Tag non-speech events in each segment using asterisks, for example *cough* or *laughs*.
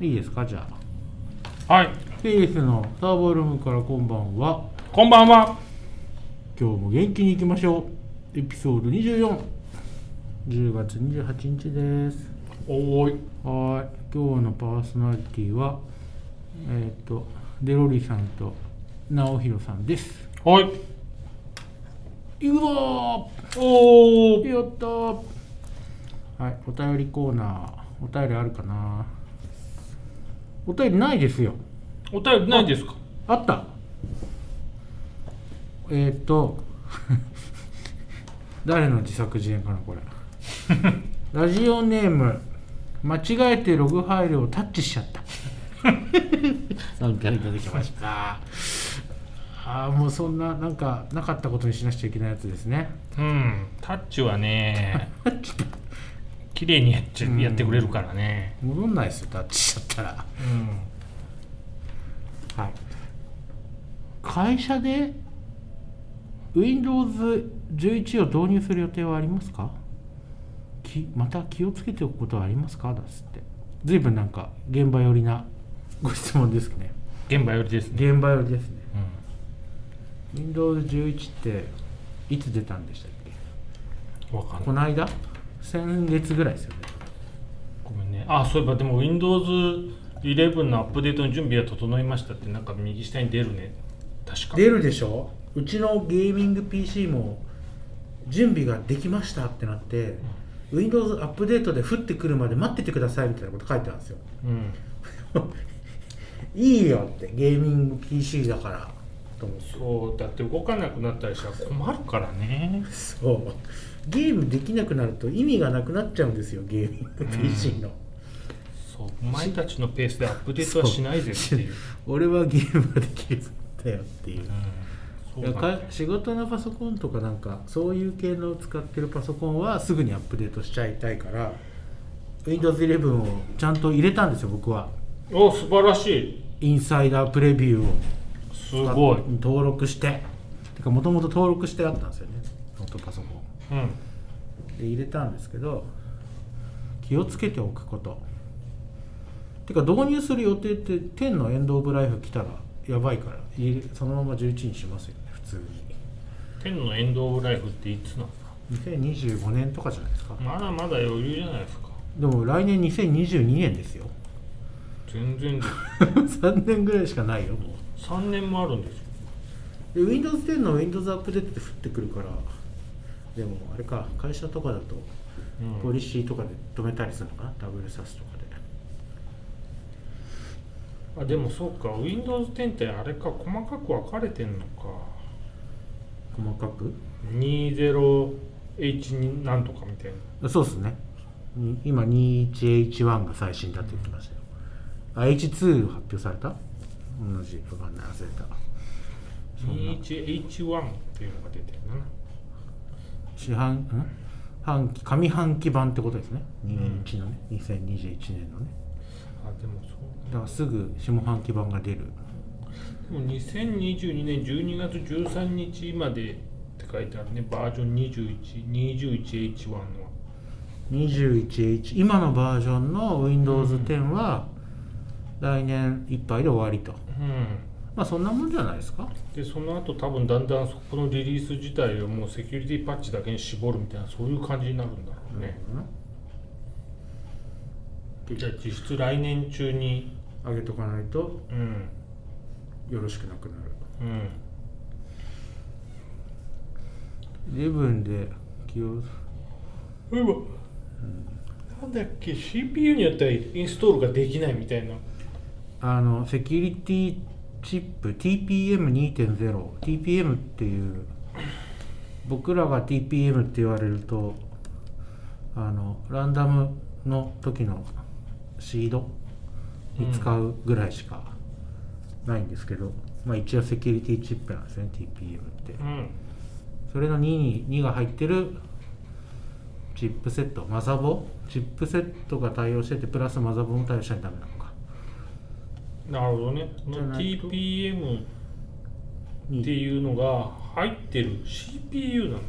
いいですかじゃあはい、 TBS のサーボールームからこんばんはこんばんは。今日も元気にいきましょうエピソード240月28日ですおーい。はーい今日のパーソナリティはえっ、とデロリさんと直弘さんですはい。いくぞおーー。やったーはいお便りコーナーお便りあるかなお便りないですよお便りないですか。あったえー、っと *laughs* 誰の自作自演かなこれ *laughs* ラジオネーム間違えてログファイルをタッチしちゃったさんからいただきましたああーもうそんななんかなかったことにしなくちゃいけないやつですねうん。タッチはね、タッチ綺麗にやっちゃうんやってくれるからね。戻んないですよタッチしちゃったらうん。はい、会社で Windows11 を導入する予定はありますかきまた気をつけておくことはありますかだっつって随分なんか現場寄りなご質問ですね現場よりですね。現場寄りですねうん Windows11 っていつ出たんでしたっけわかんこない。の間先月ぐらいですよねごめんね。あ、そういえばでも Windows 11のアップデートの準備は整いましたってなんか右下に出るね。確か。出るでしょうちのゲーミング PC も準備ができましたってなって、Windows アップデートで降ってくるまで待っててくださいみたいなこと書いてあるんですようん。いいよってゲーミング PC だからと思ってそうだって動かなくなったりしたら困るからね。そうゲームできなくなると意味がなくなっちゃうんですよゲーミング PC の、そう。お前たちのペースでアップデートはしないぜっていう。俺はゲームができるんだよっていううんいそやうだかね仕事のパソコンとかなんかそういう系の使ってるパソコンはすぐにアップデートしちゃいたいから Windows11 をちゃんと入れたんですよ僕はお素晴らしいインサイダープレビューをすごい、登録しててかもともと登録してあったんですよねノートパソコンうん、で入れたんですけど気をつけておくことてか導入する予定って10のエンド・オブ・ライフ来たらやばいから入れそのまま11にしますよね普通に天のエンド・オブ・ライフっていつなんだ2025年とかじゃないですか、まだまだ余裕じゃないですかでも来年2022年ですよ *laughs* 全然です3年ぐらいしかないよも3年もあるんですようで Windows10 の Windows アップデートって降ってくるからでもあれか会社とかだとうんポリシーとかで止めたりするのかな、ダブルサスとかであでもそうか Windows10 ってあれか細かく分かれてんのか細かく 20H なんとかみたいなそうですねに今 21H1 が最新だって言ってましたよ、あ H2 発表された同じわかんない忘れたそんな 21H1 っていうのが出てるな四半ん半期上半期版ってことですね21のね、2021年のねあでもそうだからすぐ下半期版が出るでも2022年12月13日までって書いてあるねバージョン 2121H1 の 21H 今のバージョンの Windows10 は来年いっぱいで終わりとうんまあそんなもんじゃないですかでその後多分だんだんそこのリリース自体をもうセキュリティパッチだけに絞るみたいなそういう感じになるんだろうね、じゃあ実質来年中に上げとかないとうんよろしくなくなるうん自分で気をうわ、なんだっけ CPU によってはインストールができないみたいなあのセキュリティチップ TPM2.0 TPM っていう僕らが TPM って言われるとあのランダムの時のシードに使うぐらいしかないんですけど、まあ一応セキュリティチップなんですね TPM ってうんそれの2に2が入ってるチップセットマザボチップセットが対応しててプラスマザボも対応しないとダメなのかなるほどねそじゃのないと TPM にっていうのが入ってる CPU なの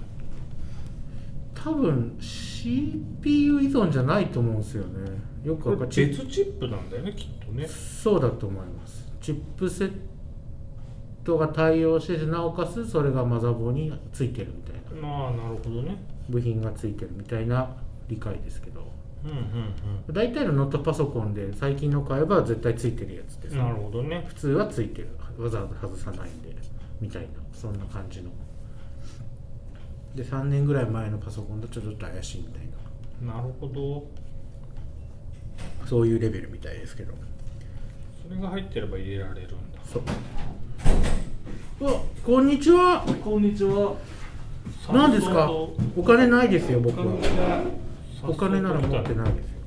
多分 CPU 依存じゃないと思うんですよねよくこわれかっ別チップなんだよねきっとねそうだと思いますチップセットが対応しててなおかつそれがマザボーについてるみたいなまあなるほどね部品がついてるみたいな理解ですけどうんうん大体のノートパソコンで最近の買えば絶対ついてるやつでうすんなるほどね普通はついてるわざわざ外さないんでみたいなそんな感じので3年ぐらい前のパソコンだとちょっと怪しいみたいななるほどそういうレベルみたいですけどそれが入ってれば入れられるんだそううわこんにちはこんにちは。何ですかお金ないですよ僕こんにちはは。お金なら持ってないですよ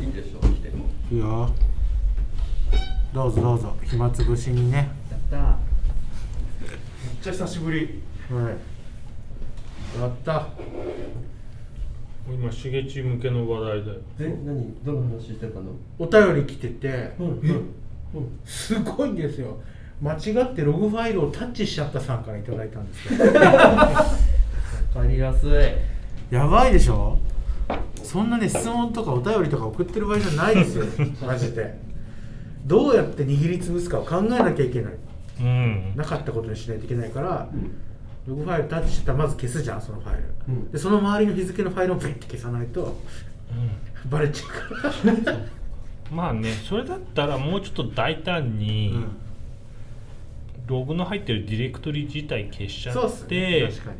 いいでしょう、来ても。いやどうぞどうぞ暇つぶしにねやったー。めっちゃ久しぶり。はいやった今しげち向けの話題だよえ、何、どの話してたの。お便り来てて、うん。すごいんですよ間違ってログファイルをタッチしちゃったさんからいただいたんですけどわかりやすい。やばいでしょそんなね質問とかお便りとか送ってる場合じゃないですよマジでどうやって握りつぶすかを考えなきゃいけないうんなかったことにしないといけないからログファイルタッチしてたらまず消すじゃんそのファイル、うんでその周りの日付のファイルをペッて消さないと *laughs* バレちゃうからまあねそれだったらもうちょっと大胆うに、んログの入ってるディレクトリ自体消しちゃそうっっすてね確かに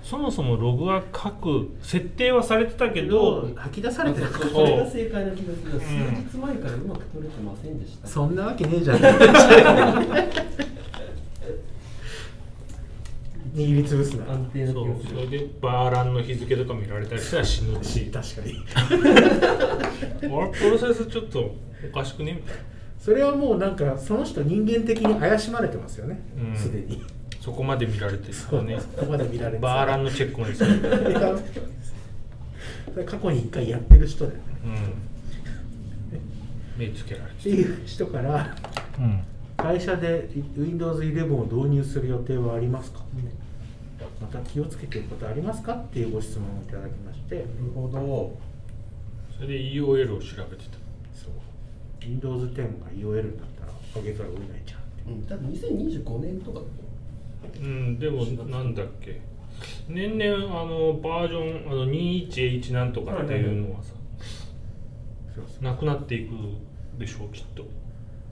そもそもログは書く設定はされてたけど吐き出されてなかったそうそれが正解な気がする。数日前からうまく取れてませんでした。そんなわけねえじゃん。握りつぶすな。安定な気そうがすそるれ。でバーランの日付とか見られたりしたら死ぬしし確かに。あれ *laughs* プロセスちょっとおかしくねみたいなそれはもうなんかその人人間的に怪しまれてますよねう。んすでに。そこまで見られてるからねそこまで見られてバーランのチェックまでされてるいやそれ過去に一回やってる人だよね。うん目つけられっててるいう人からうん会社で Windows 11を導入する予定はありますか。また気をつけてることありますかっていうご質問をいただきまして。なるほそれで EOL を調べてたそう Windows 10が EOL だったら上げざるを得ないじゃんど。うん、多分2025年とかだと。うんでもなんだっけ年々あのバージョンあの2111なんとかっていうのはさそうそうなくなっていくでしょうきっと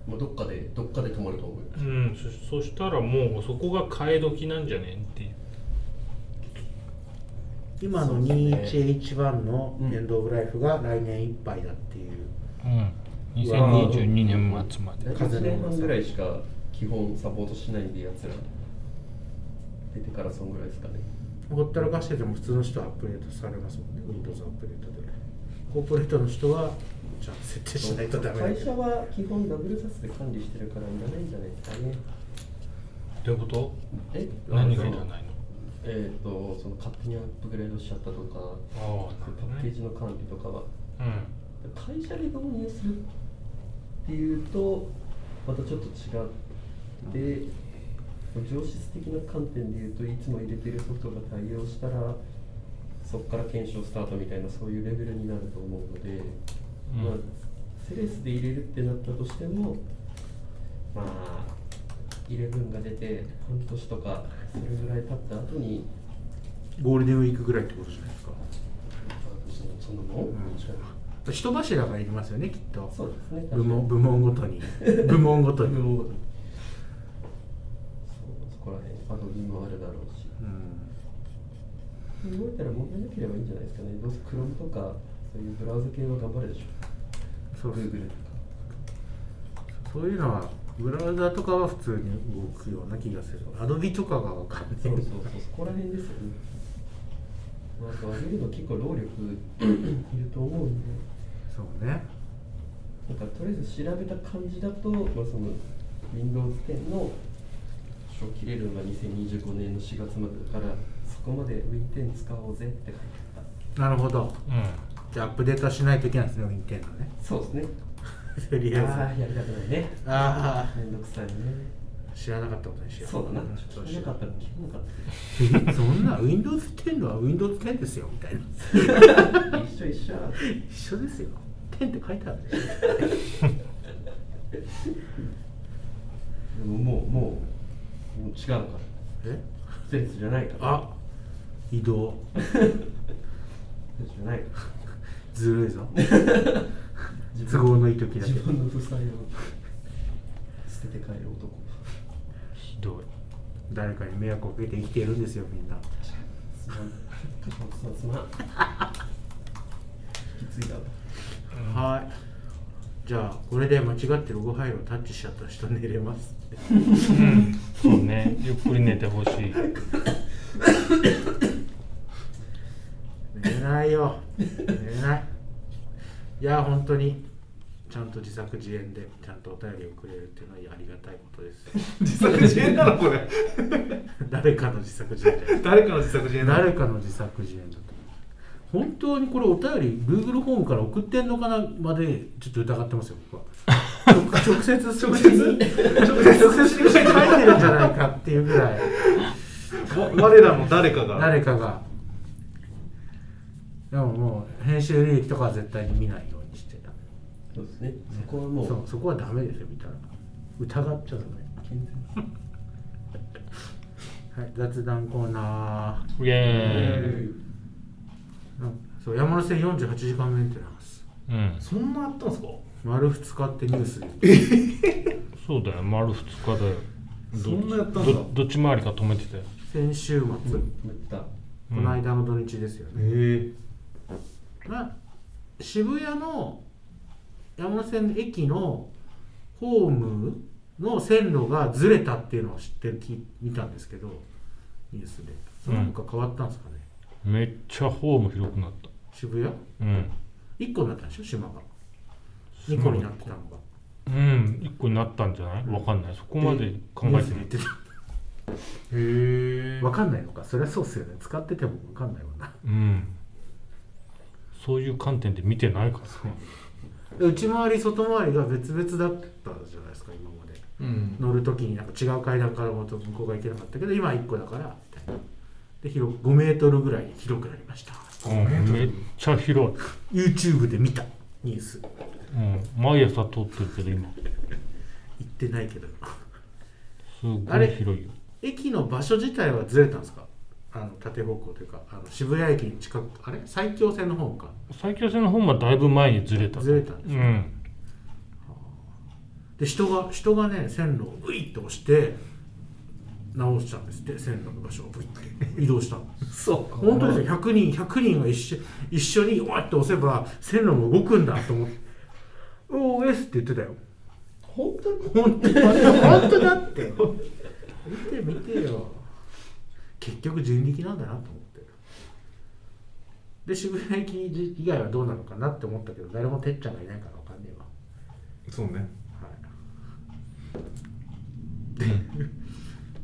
まあ、どっかで、どっかで止まると思うよ。うんそそしたらもうそこが替え時なんじゃねんっていう今そのうですね2181のうんエンド・オブ・ライフが来年いっぱいだっていう、うん2022年末ま大体1年半ぐらいしか基本サポートしないんでやつら出てからそんぐらいですかねほったらかしてても普通の人はアップデートされますもんね Windows アップデートでコーポレートの人はちゃんと設定しないとダメだ会け社どは基本ダブルサスで管理してるからいらないんじゃないですかねどういうことえ何がいらいないのえっ、とその勝手にアップグレードしちゃったとかああなパるほどッケーねジの管理とかはうん会社で導入するっていうとまたちょっと違って上質的な観点でいうといつも入れてるソフトが対応したらそこから検証スタートみたいなそういうレベルになると思うので、うんまあ、セレスで入れるってなったとしてもまあ11が出て半年とかそれぐらい経った後にゴールデンウィークぐらいってことじゃないですか、そのもん、うん、人柱がいりますよねきっとそうですね部門部門ごとに部門ごと *laughs* に、うん、そうそこら辺アドビもあるだろうし動いたら問題なければいいんじゃないですかねどうせ Chrome とかそういうブラウザ系は頑張るでしそょうそう Google とかそういうのはブラウザとかは普通に動くような気がするアドビとかがわかんないそうそうそうそこら辺ですよねまああと上げるの結構 *clears throat* 労力いると思うんでそうねなんかとりあえず調べた感じだと、まあ、その Windows 10の初期レールが2025年の4月までだからそこまで Win10 使おうぜって書いてあったなるほどうんじゃあアップデートしないといけないですね Windows のねそうですね *laughs* とりあえずああやりたくないねああめんどくさいね知らなかったことにしようそうだな。ん聞そうけしなようかったら聞けなかっえそんな Windows10 は Windows10 ですよみたいなた。一緒一緒。一緒ですよ10って書いてあるでしでももうもうもう違うから。ょえステルスじゃないから。あ移動ステルスじゃないから。ずるいぞ自都分合のいい時だけ自分の負債を捨てて帰る男。ひどい誰かに迷惑をかけて生きているんですよみんなすまん。すまんすまん。引き継いだわ。はいじゃあこれで間違ってロゴファイルをタッチしちゃった人寝れますうんそうねゆっくり寝てほしい寝れないよ寝れないいや本当にちゃんと自作自演でちゃんとお便りをくれるっていうのはありがたいことです自作自演なのこれ *laughs* 誰かの自作自演で誰かの自作自演なの誰かの自作自演だと本当にこれお便り Google ホームから送ってんのかなまでちょっと疑ってますよ僕は直直接直接に直接に書いてるんじゃないかっていうぐらいわ *laughs* 我らの誰かが誰かがでももう編集履歴とかは絶対に見ないようにしてそうですね。そこはもうそうそこはダメですよみたいな疑っちゃダ健全。メ、はい、雑談コーナイエーイーなんそう山手線48時間メンテナンスうんそんなあったんすか丸2日ってニュースでそうだよ丸2日だよどそんなやったんだどどっち回りか止めてたよ先週末、止めた。この間の土日ですよね、えな渋谷の山手線の駅のホームの線路がずれたっていうのを知ってき見たんですけどニュースでその他変わったんですかね、めっちゃホーム広くなった渋谷うん1個になったんでしょ島が2個になってたのがうん1個になったんじゃないわかんないそこまで考えてニュースで言みっててたへえわかんないのかそりゃそうっすよね使っててもわかんないわなうんそういう観点で見てないからさ内回り外回りが別々だったじゃないですか今までうん乗る時になんか違う階段からもっと向こうが行けなかったけど今は1個だからみたいなで広く5メートルぐらい広くなりましたうんめっちゃ広い YouTube で見たニュースうん毎朝通ってるけど今行ってないけどすごあれい広いよ駅の場所自体はずれたんですかあの縦方向というかあの渋谷駅に近くあれ埼京線の方か埼京線の方はだいぶ前にずれたずれたんですうねんで人が人がね線路をブイって押して直したんですって線路の場所をブイって移動したの *laughs* そうか本当ですよ100人100人が一緒一緒にわって押せば線路も動くんだと思って「おー OS」って言ってたよ本当に本当本当だって見て見てよ結局人力なんだなと思ってで渋谷駅以外はどうなのかなって思ったけど誰もてっちゃんがいないからわかんねえわそうねはい。で、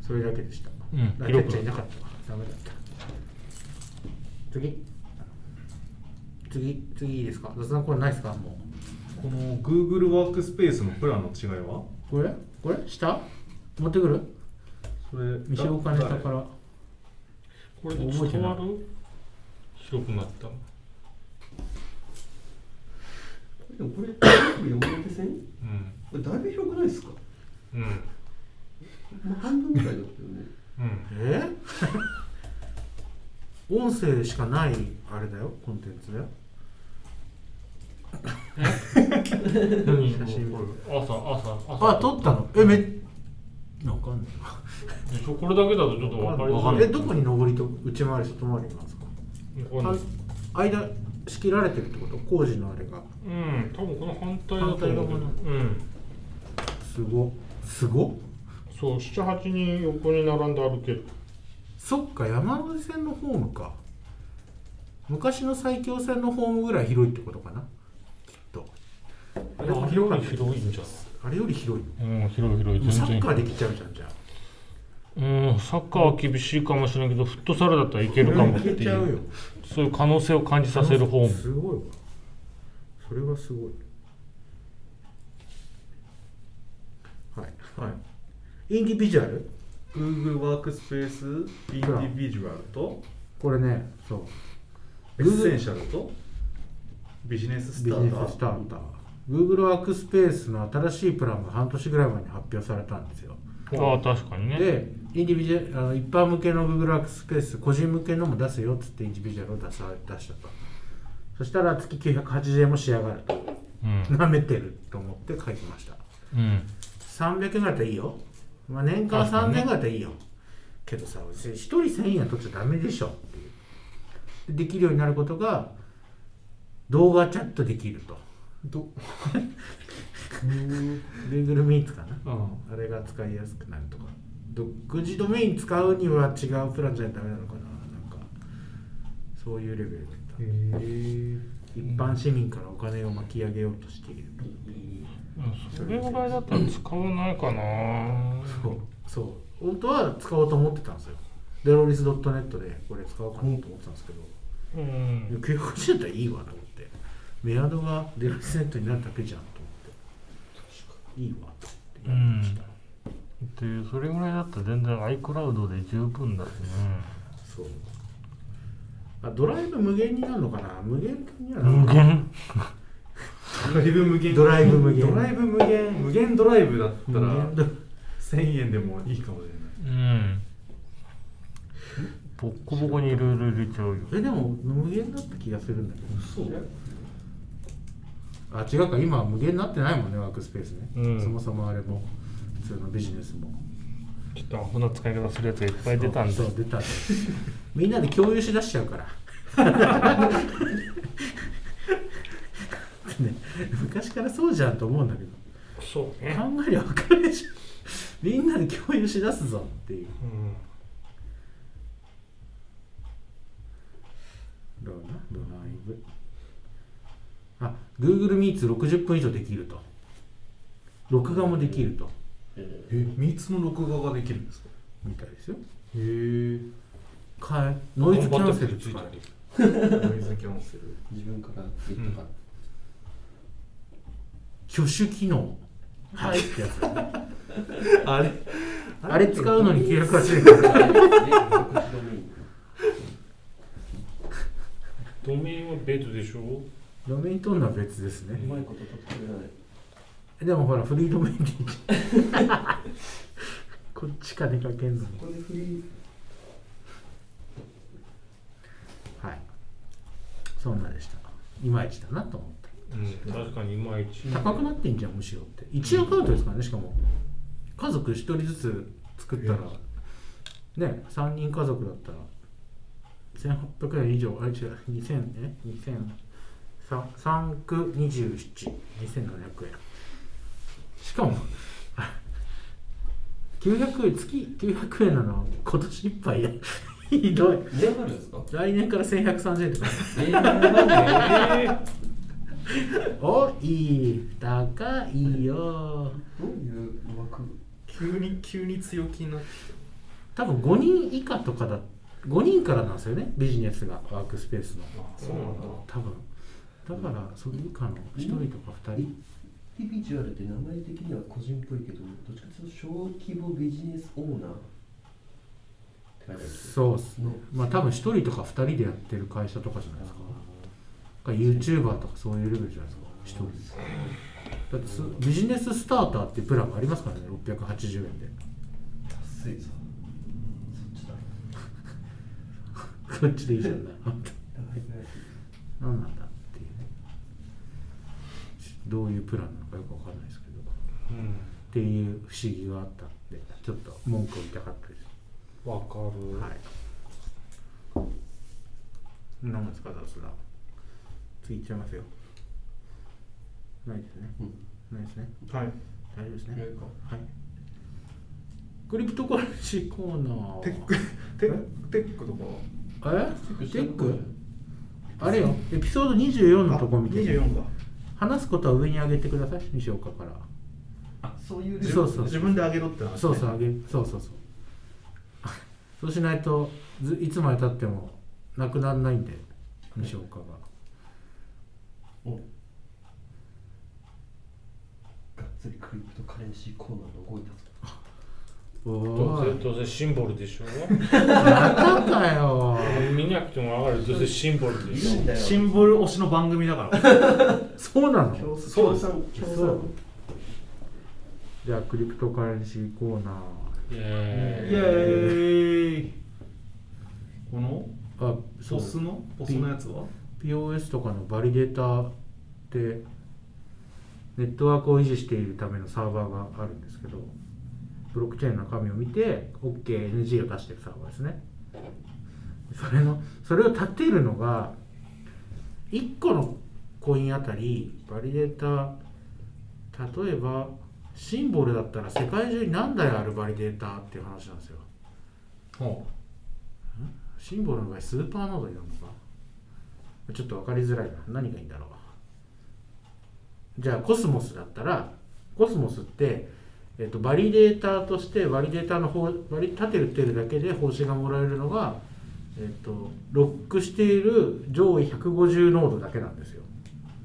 それだけでした。うんラテ広ッくチャいなかったわ。ダメだった。次。次、次いいですか雑談コーナーないですかもこの Google ワークスペースのプランの違いはう。これこれ下持ってくるそれ西岡ネタから。これで覚えて伝ないわる広くなったでもこれ、山手線うんこれだいぶ広くないですかもうんう半分ぐらいだったよね。うんえ音声しかないあれだよ、コンテンツだよ。何写真これ朝朝朝あ、撮ったのえ、めなんかあんねでしょこれだけだとちょっと分かりづらいえ、どこに上りと内回り、外回りなんですかわかんない間仕切られてるってこと工事のあれがうん多分この反対だと思うけど反うんすごすごそう78人横に並んで歩けるそっか山手線のホームか昔の埼京線のホームぐらい広いってことかなきっとあれも広かっ広いた広いんじゃあれより広いのんうん広い広いもうサ全ッ然カーできちゃうじゃんじゃあうんサッカーは厳しいかもしれないけどフットサルだったらいけるかもっていけちゃういようそういう可能性を感じさせるホームすごいわそれはすごいはい、はインディビジュアル Google ワークスペースインディビジュアルとこれねそうエッセンシャルとビジネススビタジーネターススターター Google ワークスペースの新しいプランが半年ぐらい前に発表されたんですよああ確かにねでインディビジュあの一般向けの Google ワークスペース個人向けのも出せよっつってインディビジュアルを出さ出したとそしたら月980円も仕上がるとうんなめてると思って書きましたうん300円ぐらいだったらいいよ、まあ、年間確か3000にね円ぐらいだったらいいよ、けどさ1人1000円取っちゃダメでしょっていうでできるようになることが動画チャットできるとど *laughs* Google Meet かなうんあれが使いやすくなるとか独自ドメイン使うには違うプランじゃダメなのかななんかそういうレベルだった、へえ一般市民からお金を巻き上げようとしているそれぐらいだったら使わないかなそうそう本当は使おうと思ってたんですよデロリス .net でこれ使おうかなと思ってたんですけどうん980円だったらいいわと思ってメアドがデロリスネットになるだけじゃんと思っていいわと思ってやりました、っていうそれぐらいだったら全然 iCloud で十分だしねそうあドライブ無限になるのかな無限にはなるの無かな限ドライブドライブ無無限限ドライブ無限無限ドライブだった無ら限ドラ1000円でもいいかもしれないうんボッコボコにいろいろ入れちゃうよえでも無限だった気がするんだけどあ違うか今は無限になってないもんねワークスペースね、うんそもそもあれも普通のビジネスもちょっとアホな使い方するやつがいっぱい出たんでそう出たん *laughs* でみんなで共有しだしちゃうから。 *laughs* ね、昔からそうじゃんと思うんだけどそう考えりゃ分かるでしょみんなで共有しだすぞっていううんどうなドライブあ Google Meets60 分以上できると録画もできるとえ3つの録画ができるんですかみたいですよへえかえノイズキャンセル使えるノイズキャンセル自分から言ったから、挙手機能はいってやつだねあれあれ使うのに980円かかるえ独自ドメイドメインンは別でしょドメイン取るのは別ですねうまいこと取ってくれないでもほらフリードメインでいいじゃんこっち金かけんのにここでフリーはいそんなでしたいまいちだなと思っうん確かにいまい *laughs* ちた高くなってんじゃんむしろって1アカウントですからねしかも家族1人ずつ作ったらね3人家族だったら1800円以上あれ違う2000ね2003区27270円しかも *laughs* あ900円月900円なの今年いっぱいや *laughs* ひどい値上がるんですか来年から1130円とかえー、なんでおい高いよどういう枠急に急に強気になって多分5人以下とかだ5人からなんですよねビジネスがワークスペースのそうなんだ多分だからそれ以下の1人とか2人インディビジュアルって名前的には個人っぽいけどどっちかというと小規模ビジネスオーナーって書いてあるんですそうよっすねまあ多分1人とか2人でやってる会社とかじゃないですかだから YouTuber とかそういうレベルじゃないですか1人でだってすビジネススターターっていうプランがありますからね680円で安いぞそっちだこっちでいいじゃ *laughs* んなだいぶ安い何なんだっていうねどういうプランなのかよくわかんないですけどっうんていう不思議があったんでちょっと文句を言いたかったですわかる、はい何ですか雑談次行っちゃいますよないですね、ないですねはい大丈夫ですねいいかはいクリプトカレンシーコーナーテックテックテックとかえテテッッククあれよエピソード24のとこ見て24か話すことは上に上げてください西岡からあそういうそうそう自分で上げろって話、ね、そうそう上げそうそうそう *laughs* そうしないとずいつまでたってもなくならないんで西岡がおがっつりクリプトカレンシーコーナーの動いたぞおどうーせどうせシンボルでしょまたかよ見なくても分かるどうせシンボルでいいんしだよシンボル推しの番組だ *laughs* から。そうなの共産そうです共産そうじゃあクリプトカレンシーコーナょイエイエーイーイ。このーあそポうスのポスのやつは POS とかのバリデータってネットワークを維持しているためのサーバーがあるんですけどブロックチェーンの中身を見て OKNG を出してるサーバーですねそれのそれを立てるのが1個のコインあたりバリデータ例えばシンボルだったら世界中に何台あるバリデータっていう話なんですよほシンボルの場合スーパーノードになるのかちょっと分かりづらいな何がいいんだろうじゃあコスモスだったらコスモスって、えっとバリデータとしてバリデータの方割り立てるってるだけで報酬がもらえるのが、えっとロックしている上位150ノードだけなんですよ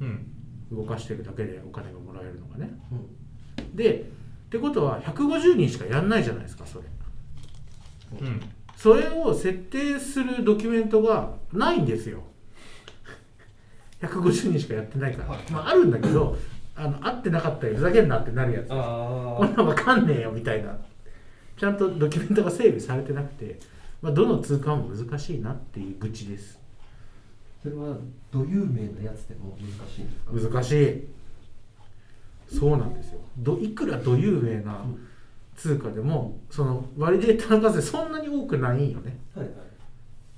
う。うん。動かしてるだけでお金がもらえるのがね、でってことは150人しかやんないじゃないですかそれうん。それを設定するドキュメントがないんですよ150人しかやってないから、はいまあ、あるんだけどあの合ってなかったりふざけんなってなるやつあこんなわかんねえよみたいなちゃんとドキュメントが整備されてなくて、まあ、どの通関も難しいなっていう愚痴ですそれはど有名なやつでも難しいんですか難しいそうなんですよどいくらど有名な通貨でもその割りデータの数そんなに多くないよねはいはい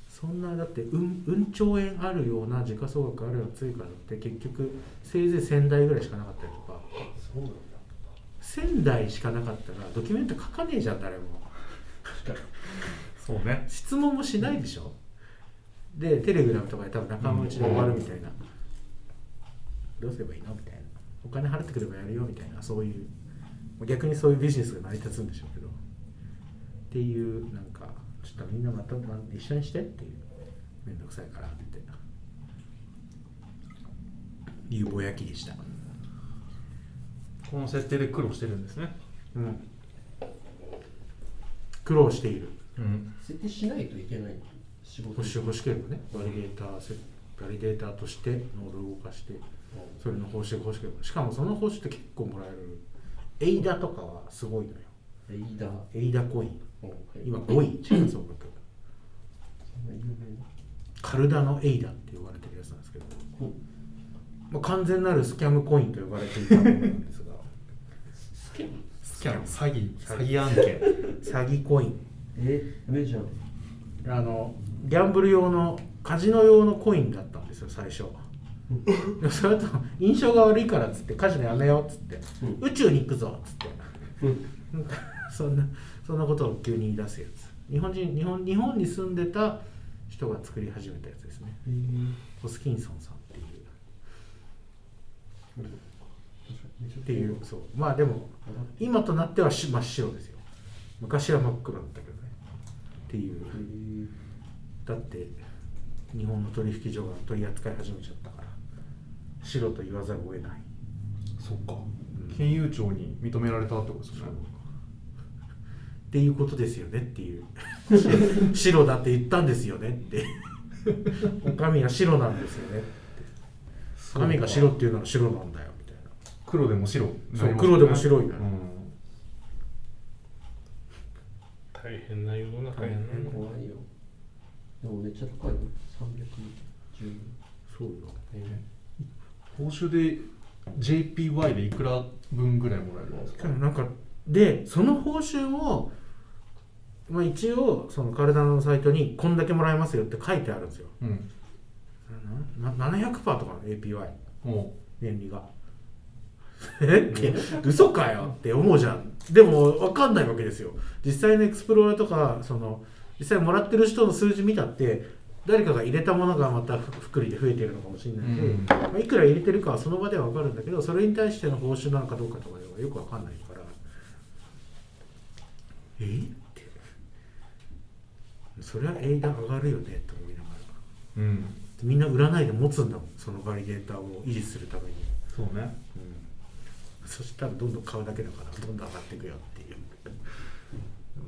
そんなだってうんうん兆円あるような時価総額あるような追加だって結局せいぜい1000台ぐらいしかなかったりとかそうなんだ1000台しかなかったらドキュメント書かねえじゃん誰もそうね。質問もしないでしょでテレグラムとかで多分仲間内で終わるみたいなどうすればいいのみたいなお金払ってくればやるよみたいなそういう逆にそういうビジネスが成り立つんでしょうけどっていうなんかちょっとみんなまたま一緒にしてっていう面倒くさいからっていうぼやきでしたこの設定で苦労してるんですね。うん苦労しているうん。設定しないといけない仕事星を欲しければねバリデータせバリデータとしてノードを動かしてそれの報酬が欲しければしかもその報酬って結構もらえるエイダとかはすごいのよいいだエイダコイン今今5位時価総額そんな有名なカルダのエイダって呼ばれてるやつなんですけど、まあ、完全なるスキャムコインと呼ばれていたものなんです *laughs* がスキャンスキャン、詐欺、詐欺案件。詐欺コインえダメじゃんあのギャンブル用のカジノ用のコインだったんですよ最初でもそれだと印象が悪いからっつってカジノやめようっつって、う宇宙に行くぞっつってうんなんか *laughs* そんなそんなことを急に言い出すやつ日本人日本日本に住んでた人が作り始めたやつですねえーホスキンソンさんっていうっっていうそうまあでも今となってはし真っ白ですよ昔は真っ黒だったけどねっていうだって日本の取引所が取り扱い始めちゃったから白と言わざるを得ない *laughs* そっか。金融庁に認められたってことですね。っていうことですよねっていう *laughs* 白だって言ったんですよねって神は白なんですよねそうか神が白っていうなら白なんだよみたいな黒でも白になりますね。そう黒でも白いなうん。大変な世の中やな大変怖いよでもめっちゃ高いよ310円そうよ報酬で JPY でいくら分ぐらいもらえるんですしかかもなんかでその報酬を、まあ、一応その体のサイトにこんだけもらえますよって書いてあるんですようん。なな700%とかの APY お年利が *laughs* えって嘘かよって思うじゃんでも分かんないわけですよ実際のエクスプローラーとかその実際もらってる人の数字見たって誰かが入れたものがまたふ福利で増えてるのかもしれないし、うんまあいくら入れてるかはその場では分かるんだけどそれに対しての報酬なのかどうかとかではよく分かんないからえってそれはエイダ上がるよねと思いながらう。うん。みんな占いで持つんだもんそのバリデータを維持するために。そうね。そしたらどんどん買うだけだからどんどん上がっていくよっていう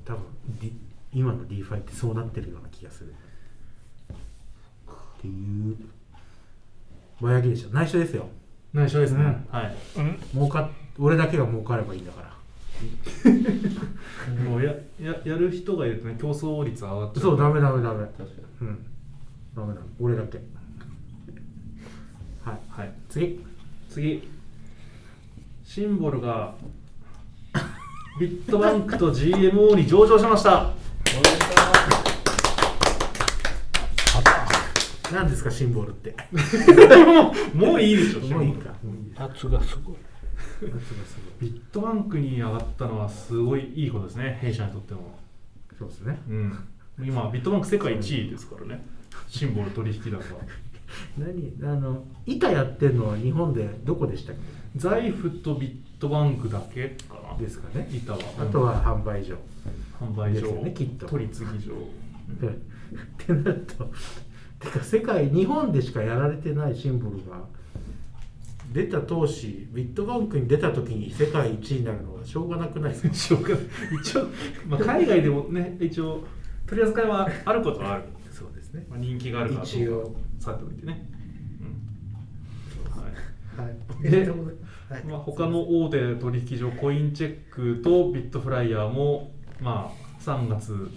多分 D 今の DeFi ってそうなってるような気がするっていうぼやきでしょ内緒ですよ内緒ですね、うんはい儲かっ俺だけが儲かればいいんだからもうやややる人がいるとね競争率上がっちゃうそうダメダメダメ確かにうんダメダメ俺だけはいはい次次シンボルがビットバンクと GMO に上場し *laughs* ました何ですかシンボルってもういいでしょもういいかもういいです圧がすごい夏がすごビットバンクに上がったのはすごいいいことですね弊社にとってもいそうですねうん今ビットバンク世界1位ですからねシンボル取引高何あの板やってるのは日本でどこでしたっ財布とビットバンクだけかなけですかね板はあとは販売所、販売です所、よねきっと取り次ぎ所うん *laughs* ってなると *laughs* てか世界日本でしかやられてないシンボルが出た当時ビットバンクに出た時に世界一になるのはしょうがなくないですかしょうが一応、まあ、海外でもね一応取り扱いはあることはある、そうですねまあ、人気があるか一どう応かさておいてね、うんはいはいでえっとはいまあ、他の大手取引所コインチェックとビットフライヤーも、まあ、3月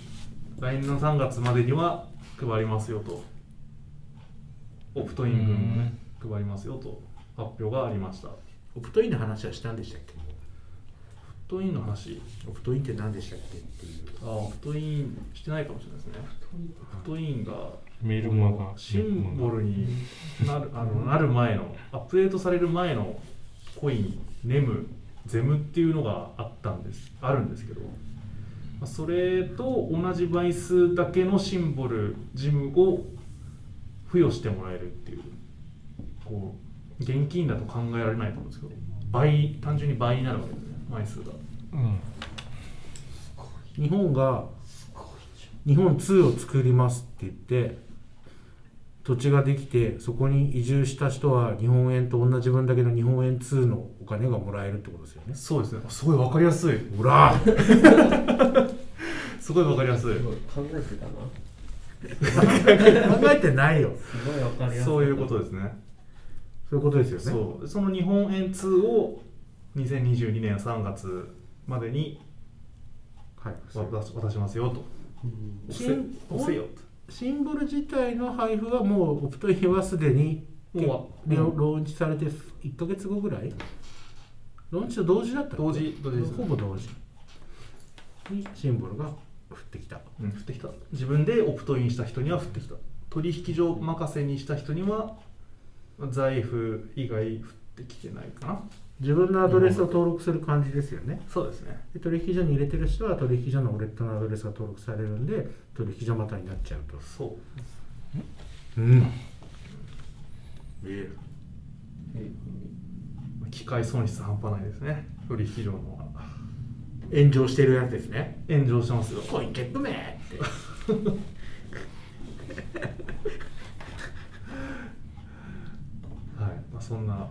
来年の3月までには配りますよとオプトイン分もね配りますよと発表がありましたオオプトインの話はしたんでしたっけプトインの話オプトインって何でしたっけっていうあオプトインしてないかもしれないですねオプトインがメールマガシンボルになるあのなる前のアップデートされる前のコインネムゼムっていうのがあったんですあるんですけどまあそれと同じ枚数だけのシンボルジムを付与してもらえるっていうこう現金だと考えられないと思うんですけど倍単純に倍になるわけですね枚数がうん日本が日本2を作りますって言って土地ができてそこに移住した人は日本円と同じ分だけの日本円2のお金がもらえるってことですよねそうですねすごい分かりやすいほらすごい分かりやすいすごい考えてたな考えてないよすごいわかりやすそういうことでですねそういうことですよねそうその日本円通を2022年3月までにはい渡す渡しますよとし押せ押せよシンボル自体の配布はもうオプトインはすでにともうロもうーンチされて1か月後ぐらいローンチと同時だったっけ同時同時ですほぼ同時にシンボルが降ってきたうん降ってきた自分でオプトインした人には降ってきた取引所任せにした人には財布以外降ってきてないかな自分のアドレスを登録する感じですよねそうですねで取引所に入れてる人は取引所のウォレットのアドレスが登録されるんで取引所またになっちゃうとそううん見える機械損失半端ないですね取引所の炎上してるやつですね炎上してますよコインチェック名って *laughs* はい、まあ、そんな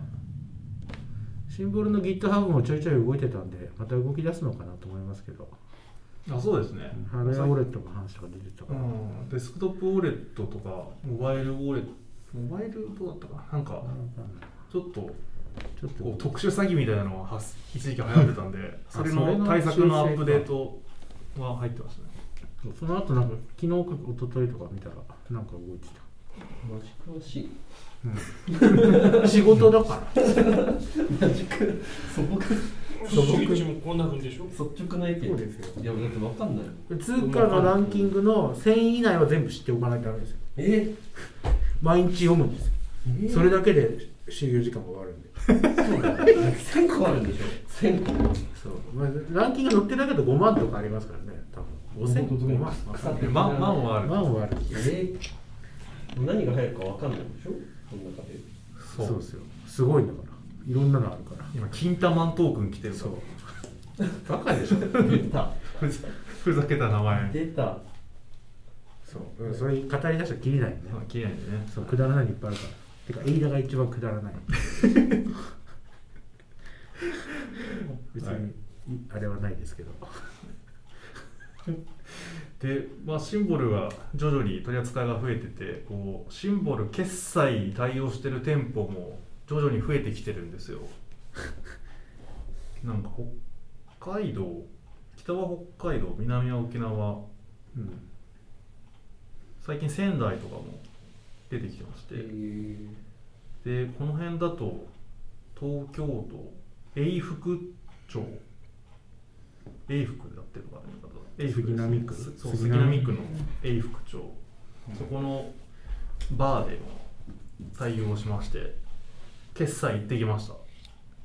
シンボルの GitHub もちょいちょい動いてたんでまた動き出すのかなと思いますけどあそうですね、ハードウェアウォレットの話とか出てたかうら、ん、デスクトップウォレットとかモバイルウォレットモバイルどうだったかななんかちょっとちょっとこう特殊詐欺みたいなのが発一時期流行ってたんでそれそれのの対策のアップデー修トは入ってましたねその後なんか昨日か一昨日とか見たらなんか動いてマジ詳しいた仕事だからマジか素朴素朴もこんなふうでしょ率直な意見そうですよいやだってわかんない通貨のランキングの1000位以内は全部知っておかないとダメですよえ毎日読むんですよえそれだけで終了時間が終わるんでそうだ1000個あるんでしょ1000個そう、まあ、ランキング載ってるだけで5万とかありますからね多分5000本当だ5万腐ってでるマンマンはある万はあるえー、何が入るかわかんないでしょこの中でそうですよすごいんだからいろんなのあるから今金玉マントークン来てるかそらうバカでしょ出たふざ *laughs* ふざけた名前出たそう、うんそれ語り出したらきりないよね、まあ消えないんでねそうくだらないのいっぱいあるからてか飯田が一番くだらない *laughs* 別に、はいあれはないですけどで、まあ、シンボルが徐々に取り扱いが増えててこうシンボル決済に対応してる店舗も徐々に増えてきてるん *laughs* ですよなんか北海道北は北海道南は沖縄うん最近仙台とかも出てきてまして、でこの辺だと東京都永福町永福でやってるからね方永福で杉す並区そう杉杉並並区区の永福町、そこのバーで対応しまして決済行ってきました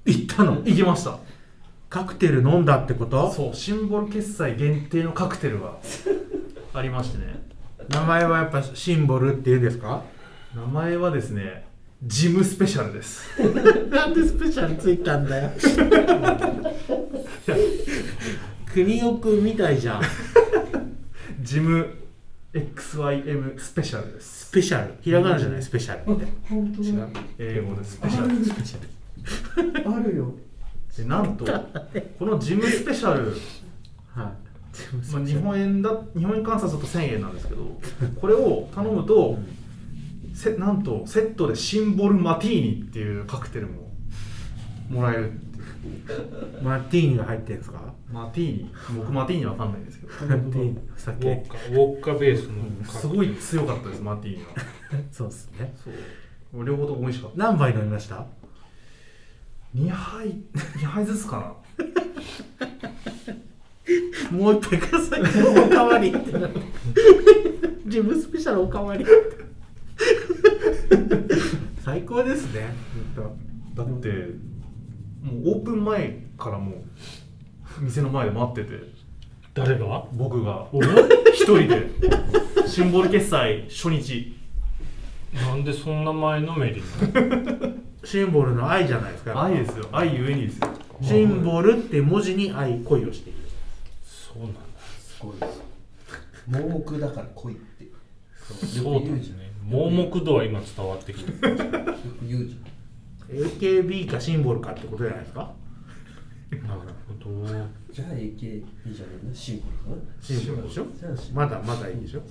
行ったの行きましたカクテル飲んだってことそうシンボル決済限定のカクテルがありましてね名前はやっぱシンボルって言うんですか名前はですねジムスペシャルですなんでスペシャルついたんだよ国尾くんみたいじゃんジム XYM スペシャルですスペシャルひらがなじゃないスペシャルって本当違だう英語でスペシャルスペシャルあるよでなんとこのジムスペシャル、はいまあ、日本円だ日本円換算すると1000円なんですけどこれを頼むとせなんとセットでシンボルマティーニっていうカクテルももらえるっていうマティーニが入ってるんですかマティーニ僕マティーニわかんないんですけどマティーニおウォ酒ッカウォッカベースのすごい強かったですマティーニはそうっすねそう両方とも美味しかった何杯飲みました2杯2杯ずつかなもう一杯くださいおかわりってなってジムスペシャルおかわりって最高ですね本だってもうオープン前からもう店の前で待ってて誰が僕が俺一人でシンボル決済初日なんでそんな前のめりな当シンボルの愛じゃないですか愛ですよ愛ゆえにですよシンボルって文字に愛恋をしているそうなんだすごいです盲目だから恋ってよそうだね盲目度は今伝わってきたく言うじ AKB かシンボルかってことじゃないですかなるほどゃんじゃあ AKB じゃないなシンボルかなシンボルでしょじゃあシンボまルだまだいいでしょ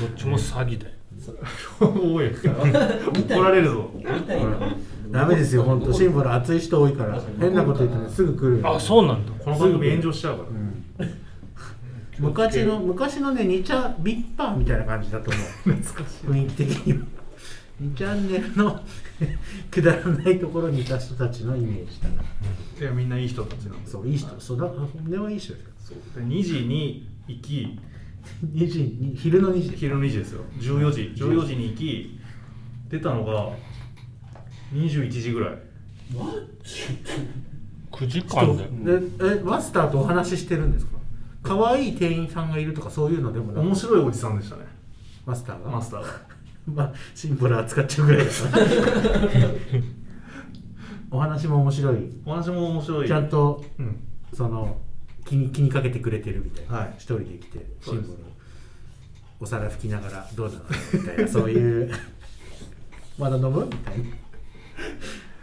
どっちも詐欺だよおい怒られるぞみたいなダメですよ本当シンボル熱い人多いから変なこと言ってねすぐ来るよあそうなんだこの番組炎上しちゃうから、昔の昔のね2茶ビッパーみたいな感じだと思う懐かし雰囲気的には2チャンネルの *laughs* くだらないところにいた人たちのイメージだないいやみんないい人たちなんですそういい人そうだでもいい人ですよそうで2時に行き2時に昼の2時昼の2時ですよ14時14時に行き出たのが21時ぐらい9時間だよでえマスターとお話ししてるんですか可愛い店員さんがいるとかそういうのでもな面く白いおじさんでしたねマスターがマスターがまあシンボル扱っちゃうぐらいです *laughs* お話も面白いお話も面白いちゃんとうんその気に気にかけてくれてるみたいな、はい一人で来てシそうンですボルをお皿拭きながらどうなのみたい *laughs* なそういうまだ飲むみたいな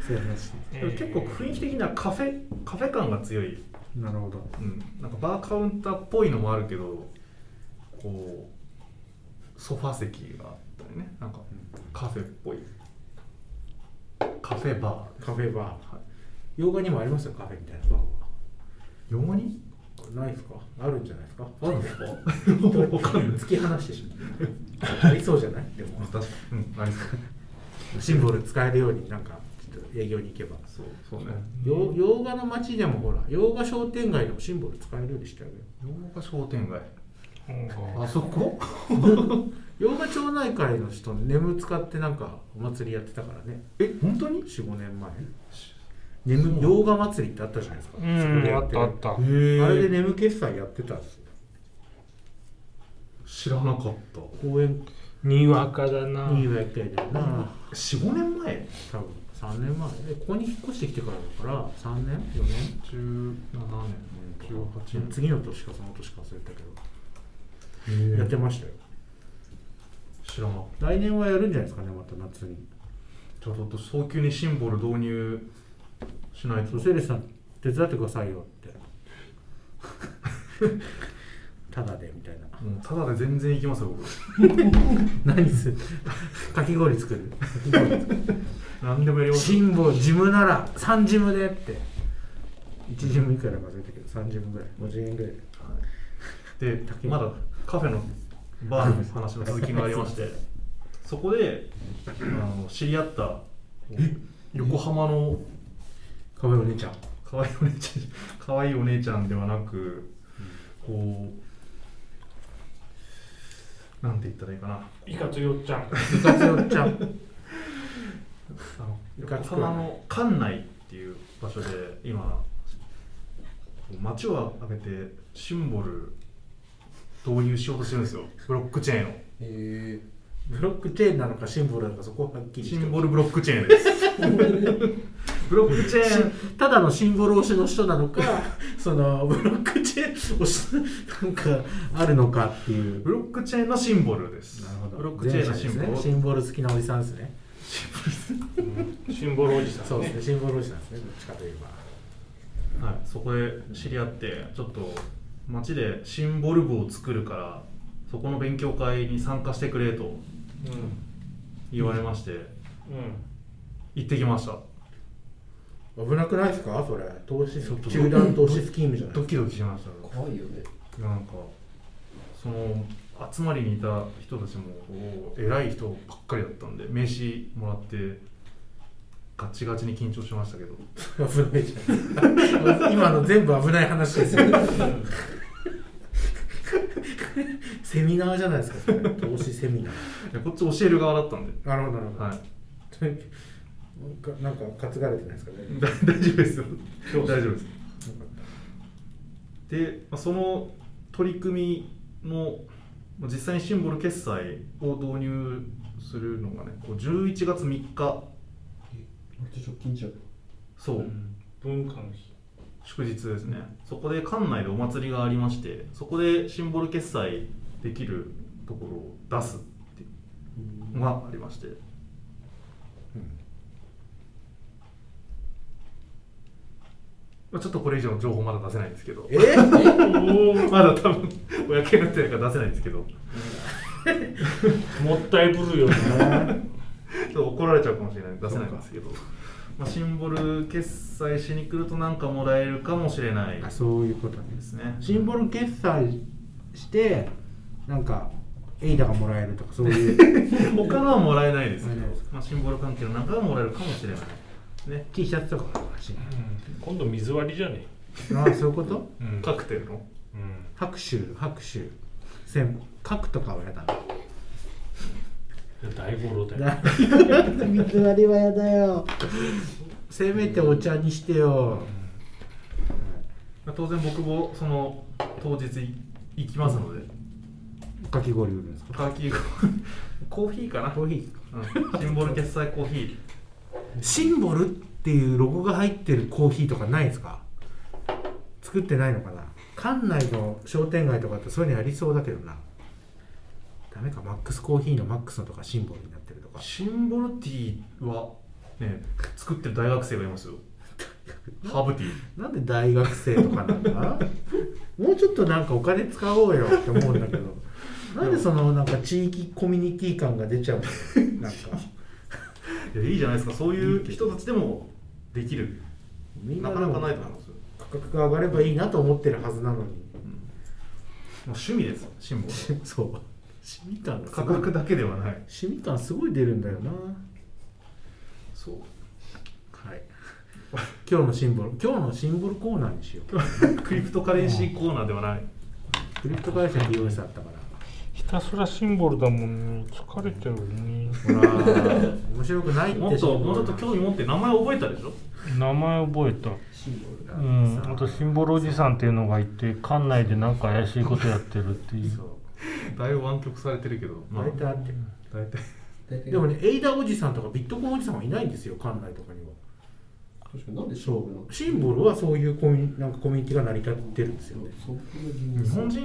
そういう話でも結構雰囲気的にはカフェカフェ感が強い、なるほどうん、なんかバーカウンターっぽいのもあるけどこうソファ席があったりねなんかカフェっぽいカフェバカフェバー、はい洋画にもありますよカフェみたいなバーはー用語にこれないですかあるんじゃないですかあるんですかわかんない *laughs* 突き放してしまうありそうじゃないでも確かにうんありそうシンボル使えるようになんかちょっと営業に行けばそうそうね洋洋画の街でもほら洋画商店街でもシンボル使えるようにしてあげよう洋画商店街うんあそこ *laughs* 洋画町内会の人眠使ってなんかお祭りやってたからねえ本当にへ45年前眠洋画祭りってあったじゃないですかうんそこでやてるあったあったえあれで眠決済やってたんですよ知らなかった公園にわかだなにやってるな45年前多分3年前でここに引っ越してきてからだから3年4年17年18年次の年かその年か忘れたけど、へえやってましたよ知らなかった来年はやるんじゃないですかねまた夏にちょっと早急にシンボル導入しないとそうセレさんって手伝ってくださいよって *laughs* ただでみたいなもうただで全然いきますよ僕何するかき氷作る何でもやります辛抱ジムなら3ジムでって1ジムいくらか忘れたけど3ジムぐらい50円ぐらいで竹まだカフェのバーの話の続きがありましてそこであの知り合った横浜のかわいいお姉ちゃん可愛いお姉ちゃん可愛いお姉ちゃんではなくこうなんて言ったらいいかなイカつよっちゃん部活よっちゃんあのいか横つくは浜ないの館内っていう場所で今街を挙げてシンボル導入しようとしてるんですよブロックチェーンをえブロックチェーンなのかシンボルなのかそこはっきりしシてンボルブロックチェーンですブロックチェーンただのシンボル推しの人なのかそのブロックチェーン推しなんかあるのかっていうブロックチェーンのシンボルです。ブロックチェーンのシンボル前者ですねシンボル好きなおじさんですねシンボルおじさん、ね、そうですねシンボルおじさんですねどっちかといえばはい、そこで知り合って、ちょっと街でシンボル部を作るから、そこの勉強会に参加してくれと言われまして、うんうん行ってきました。危なくないですかそれ投資ちょっと集団投資スキームじゃないドキドキしました。怖いよねなんか、その集まりにいた人たちもこう偉い人ばっかりだったんで、名刺もらって、ガチガチに緊張しましたけど、危ないじゃん今の全部危ない話ですよセミナーじゃないですかそれ投資セミナーいやこっち教える側だったんで、なるほどなるほど、はい、なんか担がれてないですかねだ *laughs* 大丈夫ですよ、今大日丈夫です。で、まあ、その取り組みのまあ実際にシンボル決済を導入するのがねこう11月3日割と直近じゃんそう、文化の日祝日ですねそこで館内でお祭りがありましてそこでシンボル決済できるところを出すっていうのがありまして、まあ、ちょっとこれ以上の情報まだ出せないんですけどえー、まだ多分公になってないから出せないんですけどもったいぶるよねちょっと怒られちゃうかもしれない出せないんですけど、まあ、シンボル決済しに来るとなんかもらえるかもしれないあでそういうことねすねシンボル決済してなんかエイダがもらえるとかそういう他のはもらえないですけもどらえないです、まあ、シンボル関係の中はもらえるかもしれないね T シャツとかもらしいうん今度水割りじゃねなあそういうことえ、うんカクテルのうん拍手拍手線角とかはやだないや大五郎だよな水割りはやだよせめてお茶にしてよ、まあ当然僕もその当日い行きますのでかき氷売るんですかカーキ *laughs* ーコーヒーかなコーヒうんシンボル決済コーヒーーシンボルっていうロゴが入ってるコーヒーとかないですか作ってないのかな館内の商店街とかってそういうのありそうだけどなダメかマックスコーヒーのマックスのとかシンボルになってるとかシンボルティーはね作ってる大学生がいますよハーブティーなんで大学生とかなんだもうちょっとなんかお金使おうよって思うんだけどなんでそのなんか地域コミュニティ感が出ちゃうのなんかいやいいじゃないですかそういう人たちでもできるみんななかでなもかないと思いますよ、価格が上がればいいなと思ってるはずなのにうんもう趣味 *laughs* ですシンボルは *laughs* そう趣味感がす価ごい格だけではない趣味感すごい出るんだよなそうはい *laughs* 今日のシンボル今日のシンボルコーナーにしようクリプトカレンシーコーナーではないクリプト会社の美容師だったからひたすらシンボルだもんね疲れちゃうよねほら *laughs* 面白くないってもっとシンボもうルちょっと興味持って名前覚えたでしょ名前覚えたシンボルだうん、あとシンボルおじさんっていうのがいて館内でなんか怪しいことやってるっていうそうだいぶ湾曲されてるけどまあ大体あって大体大体でもね、エイダおじさんとかビットコインおじさんはいないんですよ、館内とかには。確かになんでシンボルなそう、シンボルはそういうコミュニなんかコミュニティが成り立ってるんですよね。そこの理由日本人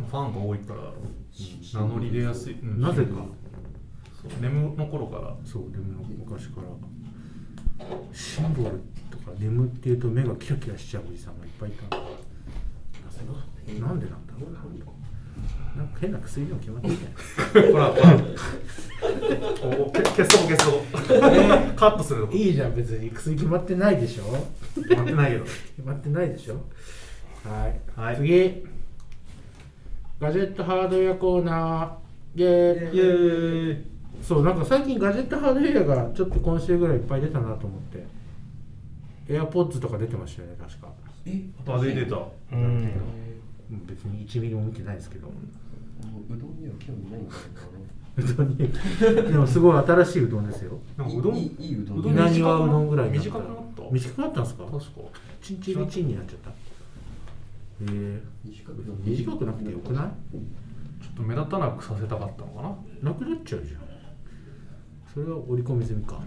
のファンが多いから名乗り出やすい、うんなぜか。そう眠の頃からそう、でも昔から。シンボルとか眠っていうと目がキラキラしちゃうおじさんがいっぱいいたななんでなんだろうななんか変な薬にも決まってるじゃないほら、ほ *laughs* ら。おお、け消そう消そう。カットするの。いいじゃん別に薬決まってないでしょ待ってないけど。決まってないでしょはい、はい次ガジェットハードウェアコーナーイェーイイエーイ。そうなんか最近ガジェットハードウェアがちょっと今週ぐらいいっぱい出たなと思ってエアポッ s とか出てましたよね確かえあ、出てた。うんうん別に1ミリも見てないですけど *laughs* もううどんには興味ないんだうどんにでもすごい新しいうどんですよなんけかどうどん。いいいいうどんうどん稲庭うどんぐらいになった短くなった短くなったんですか確か。チンチリチンになっちゃったえー、短短くなくてよくないちょっと目立たなくさせたかったのかな。なくなっちゃうじゃんそれは織り込み済みか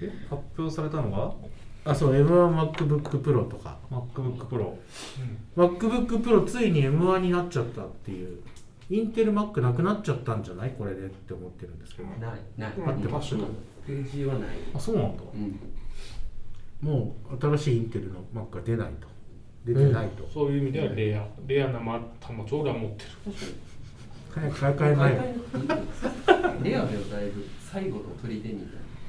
え、発表されたのがあそう M1MacBookPro とか MacBook Pro。 MacBookPro ついに M1 になっちゃったっていうインテル Mac なくなっちゃったんじゃないこれでって思ってるんですけどないない合ってますページはないあ、そうなんだ。うんもう新しいインテルの Mac が出ないと出てないと、そういう意味ではレアレアなま端末を俺は持ってる早く買い替えないよレアだよだいぶ最後の砦みたいな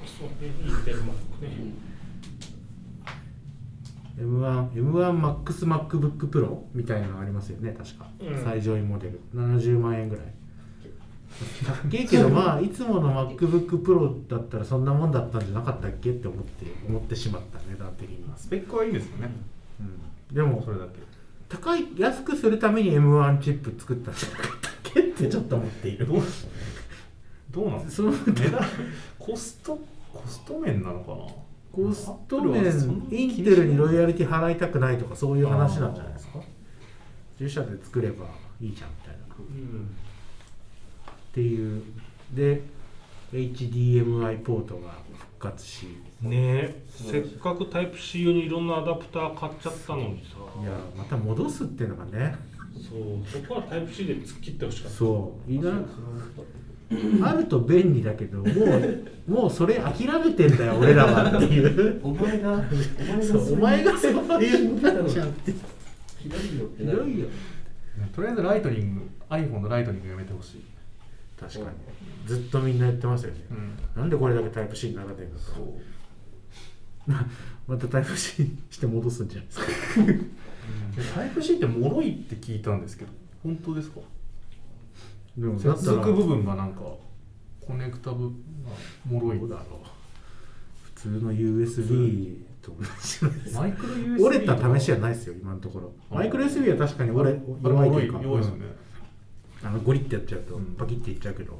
そうねインテルマックね M1 M1MaxMacBookPro みたいなのありますよね確か、うん最上位モデル70万 *laughs* 円ぐらい高えけどまあいつもの MacBookPro だったらそんなもんだったんじゃなかったっけって思って思ってしまった値段的に、スペックはいいですよね。うん、でもそれだけ。高い安くするために M1 チップ作ったんじゃなかったっけってちょっと思っているどうどうなんですかその値段、コスト、コスト面なのかなコスト Apple はそんな面気イにしンないテルにロイヤリティ払いたくないとかそういう話なんじゃないですか自社で作ればいいじゃんみたいなっうんていうで HDMI ポートが復活しねえせっかくタイプ C 用にいろんなアダプター買っちゃったのにさいやまた戻すっていうのがねそうそこはタイプ C で突っ切ってほしかったそういなあると便利だけどもう *laughs* もうそれ諦めてんだよ俺らはっていうお前がお前がそうお前がそう言ったんじゃんってひどいよってひどいよとりあえずライトニング、iPhone のライトニングやめてほしい。確かにずっとみんなやってますよね、うん。なんでこれだけタイプ C にならないのかそう。またタイプ C にして戻すんじゃないですかタイプ C って脆いって聞いたんですけど本当ですかでもだっ接たら続部分がなんかコネクタ部分が脆いどうだろう普通の USB と同じじゃないですかマイクロ USB 折れた試しはないですよ今のところあマイクロ USB は確かにあ折れれ弱いと脆いいうか弱いですよね、あのゴリってやっちゃうとうんパキっていっちゃうけど、ま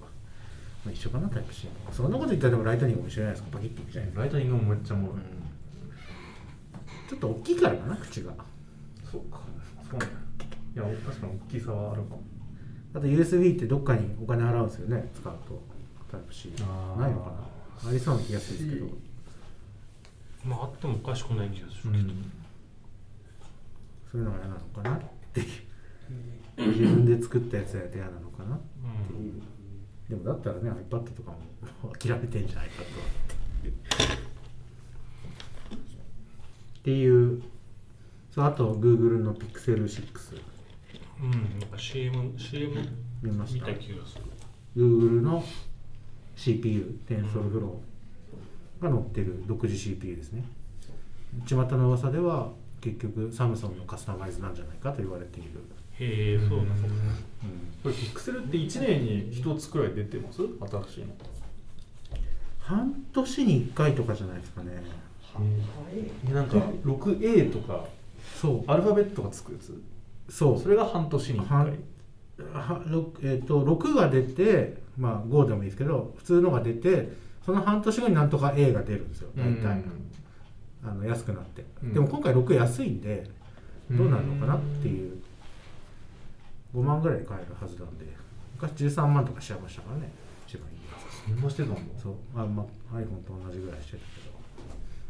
あ、一緒かなタイプ C そんなこと言ったらでもライトニングも一緒じゃないですかパキっていくじゃないですか、ライトニングもめっちゃ脆い、ちょっと大きいからかな口がそうかそうねいや確かに大きさはあるかもあと USB ってどっかにお金払うんですよね使うとタイプ C あーないのかなありそうな気がするんですけどまああってもおかしくない気がすうるけど、んそういうのが嫌なのかなっていう自分で作ったやつやと嫌なのかなうんでもだったらね iPad とかも諦めてんじゃん iPad はっていうそうあと Google の Pixel6 うん、なんか CM, CM 見まし見たた気がする。 Google の CPU TensorFlow が載ってる独自 CPU ですね巷の噂では結局サムソンのカスタマイズなんじゃないかと言われている、へえ、そうだ、そうだ。これピクセルって1年に1つくらい出てます新しいの半年に1回とかじゃないですかねえなんか 6A とかそアルファベットがつくやつうそうそれが半年に1は回はろくえっと6が出て、まあ、5でもいいですけど普通のが出てその半年後になんとか A が出るんですよ大体、うんあの安くなって、うんでも今回6安いんでどうなるのかなっていう5万ぐらいで買えるはずなんで昔13万とかしちゃいましたからね一番いいやそんなしてたんだつそう、まあまあ、iPhone と同じぐらいしてたけど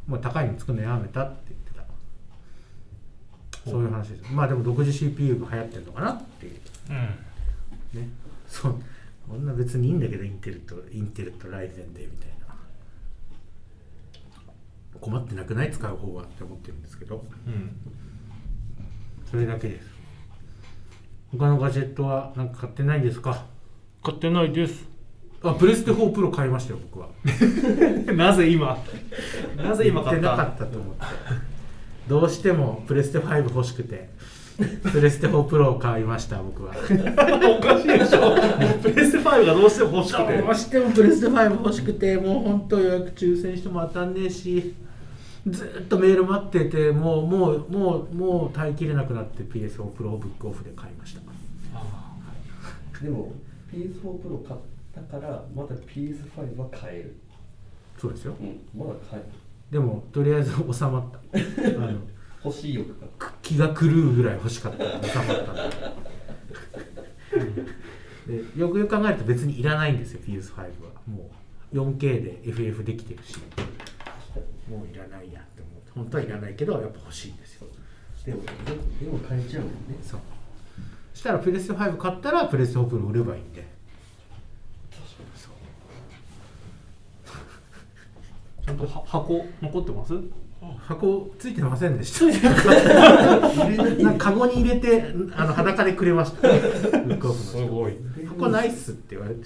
もう高いの作るのやめたって言ってたそういう話ですまあでも独自 CPU が流行ってるのかなっていううん。ね、そうこんな別にいいんだけどインテルとインテルとライゼンでみたいな困ってなくない使う方はって思ってるんですけどうんそれだけです他のガジェットはなんか買ってないんですか買ってないですあプレステ4プロ買いましたよ僕は *laughs* なぜ今なぜ今買っ言たてなかったと思ってどうしてもプレステ5欲しくてプレステ4プロを買いました僕はおかしいでしょ *laughs* プレステ5がどうしても欲しくどうてしてもプレステ5欲しくてもう本当予約抽選しても当たんねえしずーっとメール待っててもうもうもうもう耐えきれなくなって PS4 プロをブックオフで買いましたでも PS4 Pro 買ったからまだ PS5 は買える、そうですよまだ買えるでもとりあえず収まったあの欲しい欲が気が狂うぐらい欲しかった収まったのでよくよく考えると別にいらないんですよ PS5 はもう 4K で FF できてるしもういらないやって思って本当はいらないけどやっぱ欲しいんですよでもでも買えちゃうもんねそうそしたらプレステ5買ったらプレステ4プロ売ればいいんでちゃんとは箱残ってます箱ついてませんでした入れないなんかカゴに入れてあの裸でくれましたブックオフの人ごい箱ないっすって言われて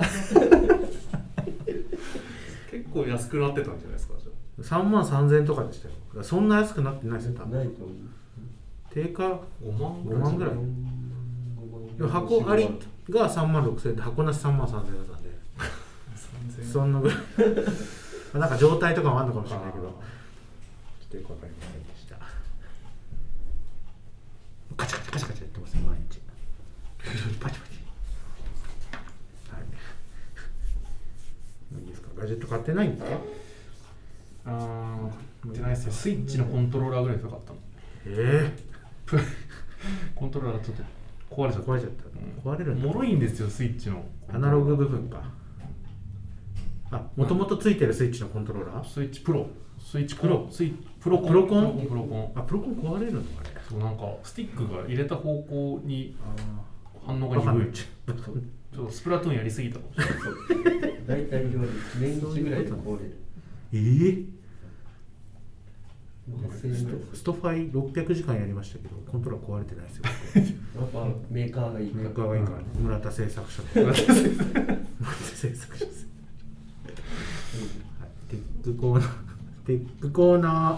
結構安くなってたんじゃないですかじゃ3万3000円とかでしたよだからそんな安くなってないですよ多ない分と思う定価あ5万5万ぐらいい箱ありが3万6000円で箱なし3万3000円だったんで3000そんなぐらい *laughs* なんか状態とかもあるのかもしれないけどちょっとよくわかりませんでしたカチャカチャカチャカチャやってますよ毎日パチパチ *laughs* はいいいですかガジェット買ってないんですかあー買ってないですよスイッチのコントローラーぐらい高かったのえプコントローラーがちょっと壊れえちゃった壊れちゃった、壊れるんだもろいんですよスイッチのアナログ部分かあもともとついてるスイッチのコントローラースイッチプロスイッチプロスイッチプロコンプロコンプロコンあプロコン壊れるのあれそうなんかスティックが入れた方向にあ反応バカがにな鈍っいちちゃうょっとスプラトゥーンやりすぎたかもしれない大体料理年一ぐらいで壊れるええ5000円とかストファイ600時間やりましたけどコントローラー壊れてないです *laughs* よやっぱメーカーがいいかメらーカーがいいから、ね、村田製作所村田製作所です、はい、テックコーナーテックコーナ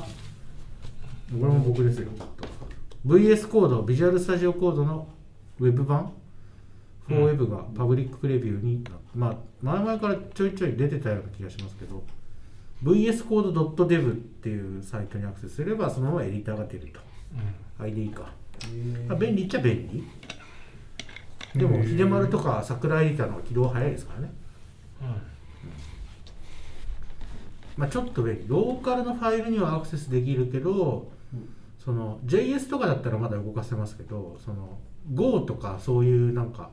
ーこれも僕ですよ VS コードビジュアルスタジオコードのウェブ版うフんォーウェブがパブリックプレビューに、まあ前々からちょいちょい出てたような気がしますけど VS コード .dev っていうサイトにアクセスすればそのままエディターが出ると IDE かあ便利っちゃ便利でも秀丸とか桜エディターの方が起動早いですからね、まあ、ちょっと便利ローカルのファイルにはアクセスできるけどその JS とかだったらまだ動かせますけどその Go とかそういうなんか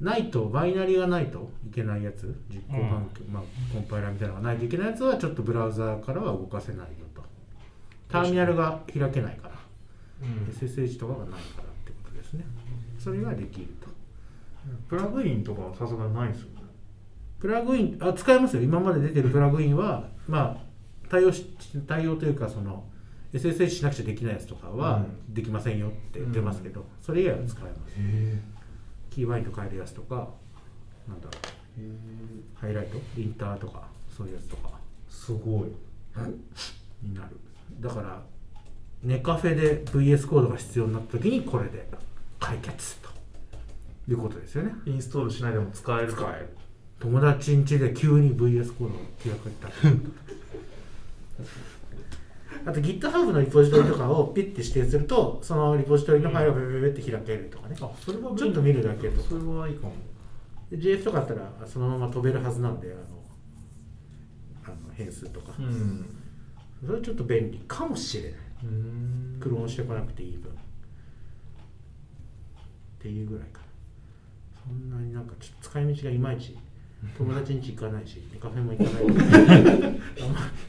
ないとバイナリがないといけないやつ実行環境、まあ、コンパイラーみたいなのがないといけないやつはちょっとブラウザーからは動かせないよとターミナルが開けないからうん SSH とかがないからってことですねそれができると *laughs* プラグインとかはさすがにないんですよねプラグインあ使えますよ今まで出てるプラグインはまあ対応し対応というかその SSH しなくちゃできないやつとかはうんできませんよって出ますけど、それ以外は使えます、へキーバインド変えるやつとかなんだろうハイライトインターとかそういうやつとかすごいになるだからネカフェで VS コードが必要になった時にこれで解決ということですよねインストールしないでも使える使える友達ん家で急に VS コードを開かれた *laughs* あと GitHub のリポジトリとかをピッて指定するとそのリポジトリのファイルがベベベって開けるとかねあそれは便利ちょっと見るだけとかそれはいいかもで JS とかだったらそのまま飛べるはずなんであのあの変数とか、んそれはちょっと便利かもしれないうんクローンしてこなくていい分っていうぐらいかなそんなになんかちょっと使い道がいまいち友達ん家行かないしカフェも行かない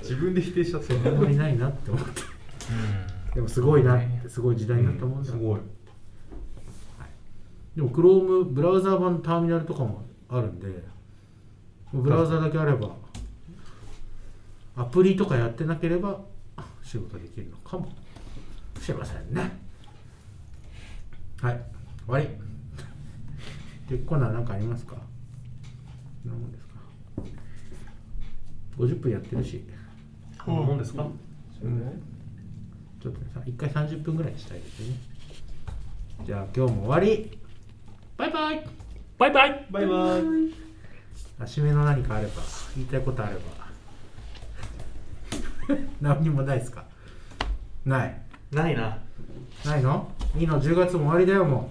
自分で否定しちゃったあんまりないなって思ってでもすごいなってすごい時代になったもんだ、すごいでも Chrome ブラウザー版のターミナルとかもあるんでブラウザだけあればアプリとかやってなければ仕事できるのかもしれませんねはい終わりでコーナー何かありますかそんなもんですか50分やってるしこんなもんですか、それぐらいちょっとねさ一回30分ぐらいにしたいですねじゃあ今日も終わりバイバイバイバイバイバイあ締めの何かあれば言いたいことあれば *laughs* 何にもないですかないないなないの ?2 の10月も終わりだよも